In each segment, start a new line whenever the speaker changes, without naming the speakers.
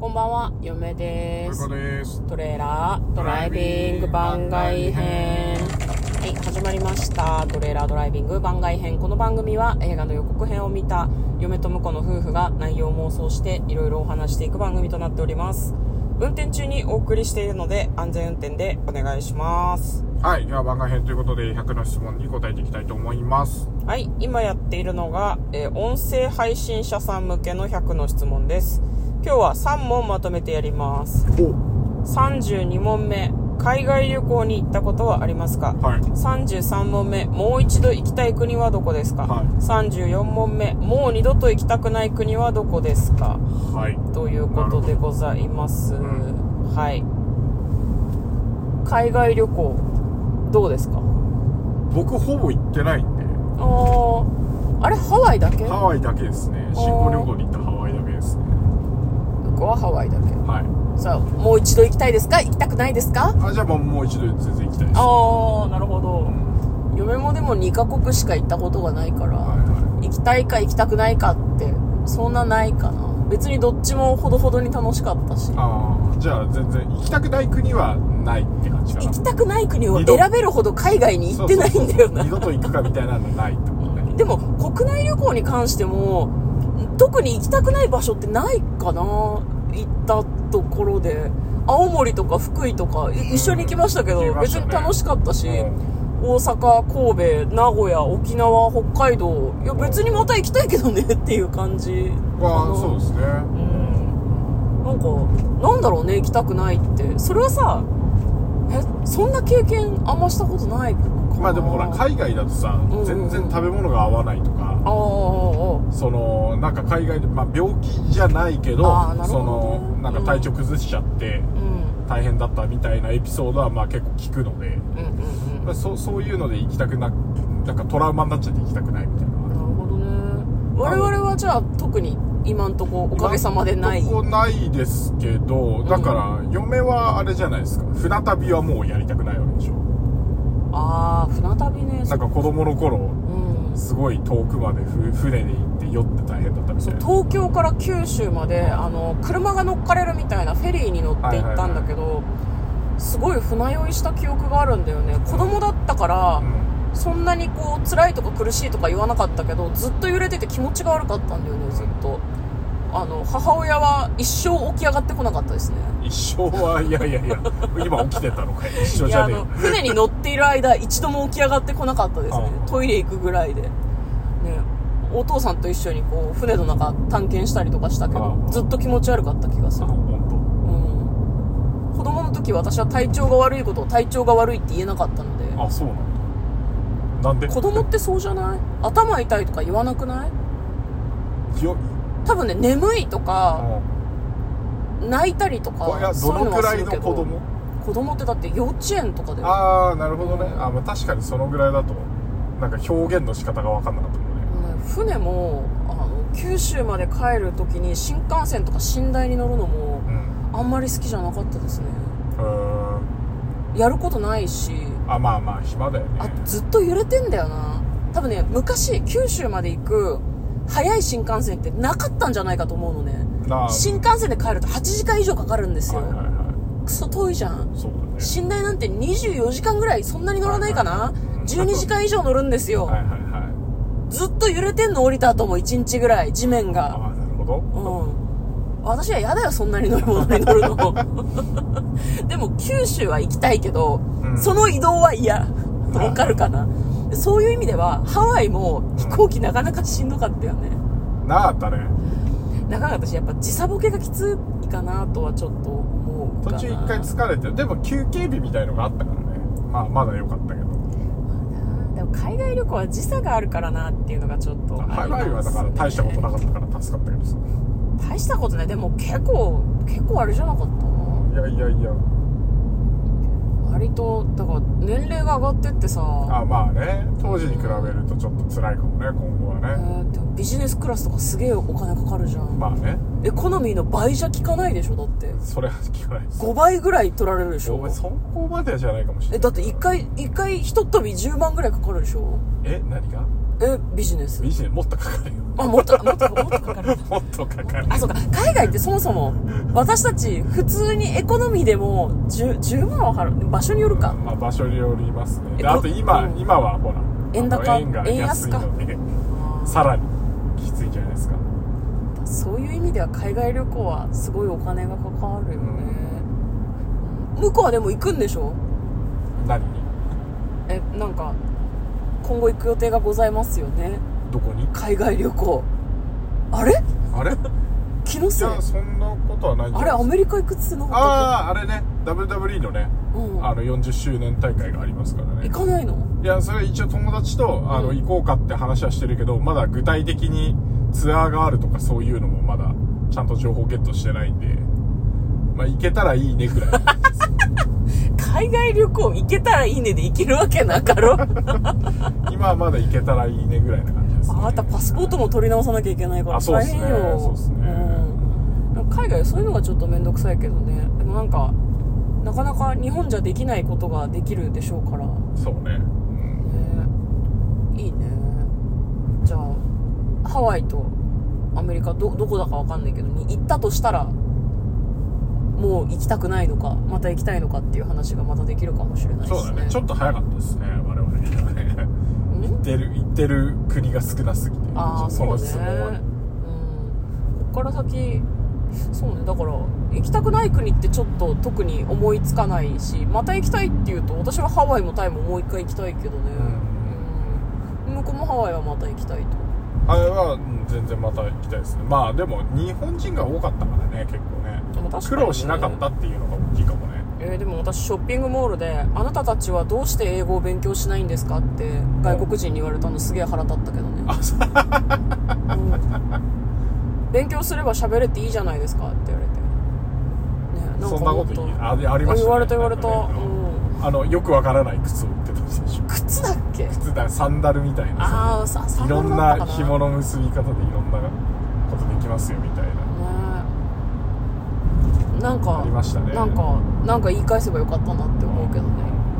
こんばんは、嫁で
中
す。
です
トレーラードライビング番外編。はい、始まりました。トレーラードライビング番外編。この番組は映画の予告編を見た嫁と婿の夫婦が内容を妄想していろいろお話していく番組となっております。運転中にお送りしているので安全運転でお願いします。
はいでは番外編ということで100の質問に答えていきたいと思います
はい、今やっているのが、えー音声配信者さん向けの100の質問です。今日は3問まとめてやります。
お
32問目海外旅行に行ったことはありますか、
はい
33問目もう一度行きたい国はどこですか、
はい
34問目もう二度と行きたくない国はどこですか
はい
ということでございます、
るほどう
はい海外旅行どうですか
僕ほぼ行ってないんで
あーあれハワイだけ
ハワイだけですね新婚旅行に行ったハワイだけですね
僕はハワイだけ
はい
さあもう一度行きたいですか行きたくないですか
あじゃあもうもう一度全然行きたいですは
ああなるほど嫁もでも2カ国しか行ったことがないから、
いは
行きたいか行きたくないかってそんなないかな別にどっちもほどほどに楽しかったし
いああじゃあ全然行きたくない国はないって感じか
行
な
きたくない国を
二度
選べるほど海外に行ってないんだよな
そうそうそう二度と行くかみたいなのないってこと ね
でも国内旅行に関しても特に行きたくない場所ってないかな行ったところで青森とか福井とかい一緒に行きましたけど、
行きまし
別
たね
に楽しかったし、
うん
大阪神戸名古屋沖縄北海道いや別にまた行きたいけどねっていう感じか
ああ
な
そうですね
うんなんかなんだろうね行きたくないってそれはさえそんな経験あんましたことないかな
まあでもほら
あー
海外だとさ
うん
全然食べ物が合わないとか
あー
そのなんか海外で、まあ、病気じゃないけど
あーなるほ
そ
どね
のなんか体調崩しちゃって
あーうん
大変だったみたいなエピソードはまあ結構聞くので、
うんうんうん
まあそうそういうので行きたくななんかトラウマになっちゃって行きたくないみたいな
なるほどね我々はじゃあ特に今んとこおかげさまでない
今んとこないですけどだから嫁はあれじゃないですか船旅はもうやりたくないわけでしょ
ああ船旅ね
なんか子供の頃
うん
すごい遠くまでふ船で行って酔って大変だったみたいな
東京から九州まであの車が乗っかれるみたいなフェリーに乗って行ったんだけど、すごい船酔いした記憶があるんだよね子供だったから、
うん
そんなにこう辛いとか苦しいとか言わなかったけどずっと揺れてて気持ちが悪かったんだよねずっとあの母親は一生起き上がってこなかったですね
一生はいやいやいや今起きてたのかよ一緒
い
じ
や
ゃ
あ
ね
の船に乗っている間一度も起き上がってこなかったですね
ああ
トイレ行くぐらいでねお父さんと一緒にこう船の中探検したりとかしたけど
ああ
ずっと気持ち悪かった気が
え
す
あ
る
本当
うん子供の時私は体調が悪いことを体調が悪いって言えなかったので
あそうなんだなんで
子供ってそうじゃない頭痛いとか言わなくない
よ
多分ね眠いと
あ
か泣いたりと
こい
か
やど
そういう
の
の
く
は
ら
す
い
る
の
け
子
ど
供
子供ってだって幼稚園とかでね
ああなるほどねあ、まあ、確かにそのぐらいだとなんか表現の仕方が分かんなかったもんね
船もあの九州まで帰る時に新幹線とか寝台に乗るのも
うん
あんまり好きじゃなかったですね
うーん
やることないし
あまあまあ暇だよね
あずっと揺れてんだよな多分ね昔九州まで行く早い新幹線ってなかったんじゃないかと思うのね
なあ
新幹線で帰ると8時間以上かかるんですよ、
はいはいは
クソ遠いじゃん
いそうだね
寝台なんて24時間ぐらいそんなに乗らないかな
うん
12時間以上乗るんですよ、
はいはいはい
ずっと揺れてんの降りた後も1日ぐらい地面
あ
が
あなるほど
うん私は嫌だよそんなに乗り物に乗る のでも九州は行きたいけど、
うん
その移動は嫌わかるかなそういう意味ではハワイも飛行機なかなかしんどかったよね
なあったね
長かったしやっぱ時差ボケがきついかなとはちょっと思う
途
かな
中一回疲れてでも休憩日みたいのがあったからねまあまだ良かったけど
でも海外旅行は時差があるからなっていうのがちょっとあります
ハワイはだから大したことなかったから助かったけどさ
大したことないでも結構結構あれじゃなかった
いやいやいや
割とだから年齢が上がってってさ
あまあね当時に比べるとちょっと辛いかもね今後は
え
ね、
ーでもビジネスクラスとかすげえお金かかるじゃん、
まあね
エコノミーの倍じゃ効かないでしょだって
それは聞かないです
5倍ぐらい取られるでし
お
ょ
前そこまでじゃないかもしれない
えだって1回1回ひとっ飛び10万ぐらいかかるでしょ
え何が
えビジネス
ビジネスもっとかかるよ
あもっともっともっとかかる
もっとかかる
あそうか海外ってそもそも私たち普通にエコノミーでも 10, 10万は払う場所によるか
まあ場所によりますね
え
であと今、
うん
今はほら
円高
あの円が安いのでさらにきついんじゃないですか
そういう意味では海外旅行はすごいお金がかかるよね、向こうはでも行くんでしょ
何
えなんか今後行く予定がございますよね
どこに
海外旅行あれ
あれい
気のせい
やそんなことはないんじゃ
あ
ない
れア
ですか
メリカ行くっつってなかっ
あああれね WWE のね
たっけうん
あの40周年大会がありますからね
行かないの
いや、それは一応友達と、あの、
うん
行こうかって話はしてるけど、まだ具体的にツアーがあるとかそういうのもまだ、ちゃんと情報ゲットしてないんで、まあ、行けたらいい ねぐらい。
海外旅行行けたらいいねで行けるわけなかろ
今はまだ行けたらいいねぐらいな感じです、ね。
あなたパスポートも取り直さなきゃいけないから
あそうっ
大
すね
変よ
そうっすね
うん、でも海外そういうのがちょっと面倒くさいけどねでもなんかなかなか日本じゃできないことができるでしょうから
そうね。うん。
ねいいねじゃあハワイとアメリカどどこだかわかんないけどに行ったとしたらもう行きたくないのかまた行きたいのかっていう話がまたできるかもしれないですね
そうだね。ちょっと早かったですね、我々。 行
ん
ってる、行ってる国が少なすぎて。
ああ
そ
そう
の
ね
質問はね。
うんこっから先そうねだから行きたくない国ってちょっと特に思いつかないしまた行きたいっていうと私はハワイもタイももう一回行きたいけどね、うん向こうもハワイはまた行きたいと
あれは、うん全然また行きたいですね。まあ、でも、日本人が多かったからね、結構ね。
でも確かにね
苦労しなかったっていうのが大きいかもね。
えーでも私ショッピングモールで「あなたたちはどうして英語を勉強しないんですか?」って外国人に言われたのすげえ腹立ったけどね、
あ、そう
うん勉強すれば喋れていいじゃないですかって言われてねなんか
そんなこ
もっ
と言いあありましたね
言われた言われた、
なんかね
うん
あのよくわからない靴を売ってた人でしょ
靴だっけ
靴だサンダルみたいな
ああさ
さ
サ
い
ンダ
ろ
ル
ん
だった
な
かな
紐の結び方でいろんなことできますよみたいな
ねなんか
ありましたね
なんかなんか言い返せばよかったなって思うけどね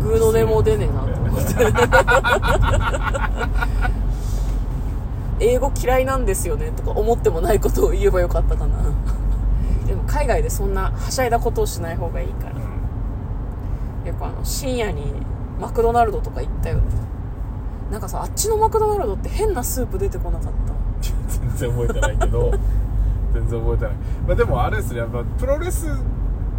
グーの音も出ねえなと思って 英語嫌いなんですよねとか思ってもないことを言えばよかったかなでも海外でそんなはしゃいだことをしない方がいいから
うん
やっぱあの深夜にマクドナルドとか行ったよねなんかさあっちのマクドナルドって変なスープ出てこなかった
全然覚えてないけ ど全然覚えてない、まあ、でもあれですねやっぱプロレス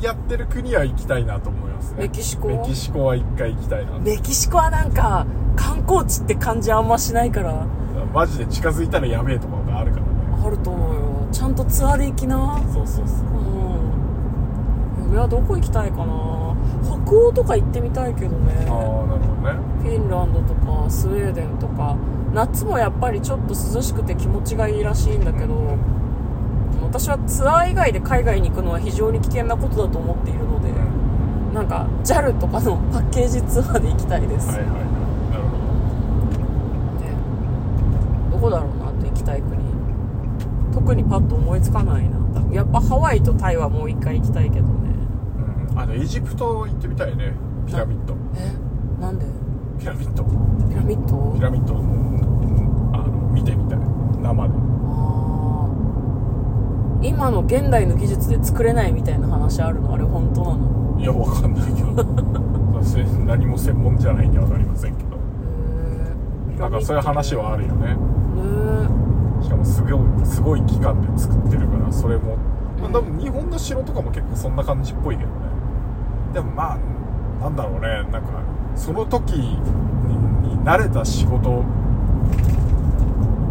やってる国は行きたいなと思いますね
メキシコ
メキシコは一回行きたいな
メキシコはなんか観光地って感じあんましないから
マジで近づいたらやべえところがあるからね
あると思うよちゃんとツアーで行きな
そうそうそう
うん嫁はどこ行きたいかな北欧とか行ってみたいけどね
ああなるほどね
フィンランドとかスウェーデンとか夏もやっぱりちょっと涼しくて気持ちがいいらしいんだけど私はツアー以外で海外に行くのは非常に危険なことだと思っているので
うん
なんか JAL とかのパッケージツアーで行きたいです、
はいはいはいなるほど
ねどこだろうなと行きたい国特にパッと思いつかないなやっぱハワイとタイはもう一回行きたいけどね
うんあのエジプト行ってみたいねピラミッド
えなんで
ピラミッド
ピラミッド
ピラミッドもあの見てみたい生で
あー今の現代の技術で作れないみたいな話あるのあれ本当なの
いやわかんないけ ど私何も専門じゃないんでわかりませんけ
へ
ど
え
なんかそういう話はあるよね
ね
しかもすごいすごい期間で作ってるからそれも、まあ
うん
多分日本の城とかも結構そんな感じっぽいけどねでもまあなんだろうねなんかその時にに慣れた仕事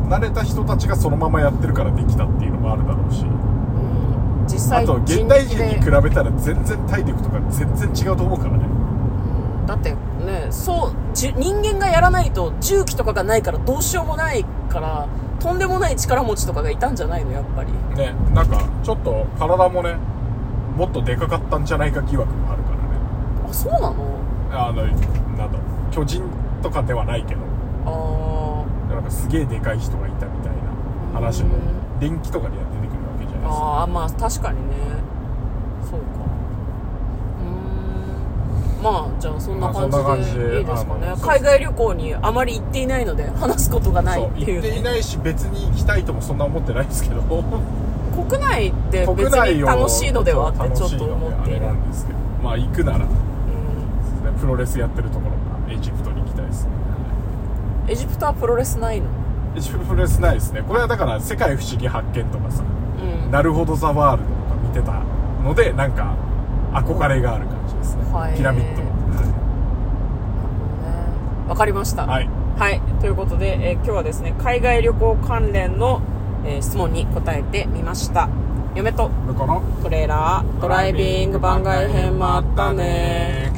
慣れた人たちがそのままやってるからできたっていうのもあるだろうし
えうん実際
あと現
人
代
力
人に
で
比べたら全然体力とか全然違うと思うからね
うんだってねそうじゅ人間がやらないと重機とかがないからどうしようもないからとんでもない力持ちとかがいたんじゃないのやっぱり
ねなんかちょっと体もねもっとでかかったんじゃないか疑惑もあるからね
あそうなの
あのなんだろう巨人とかではないけど
あ
なんかすげえでかい人がいたみたいな話も電気とかでやって出てくるわけじゃ
ー
ないですか
あーまあ確かにねそうかうーんまあじゃあそんな感
まあそんな感
じ
じ
で
で
いいですか
あ
ね
のそう
海外旅行にあまり行っていないので話すことがない
そう
ってい
行
う,、
っていないし別に行きたいともそんな思ってないですけど
国内って別
国内
に
を
楽しいのではってちょっと
そう
思っ
楽
て
し
い
いのであれ
る
なんですけどまあ行くなら
う
プロレスやってるところがエジプトに行きたいですね
んエジプトはプロレスないの
エジプトプロレスないですねこれはだから「世界不思議発見」とかさ
うん
なるほどザワールドとか見てたのでなんか憧れがある感じですね、
はい
ピラミッド
ねわかりました
はい、
はいということで、えー今日はですね海外旅行関連の、えー質問に答えてみました嫁と
向こうの
トレーラードライビング番外編もあったね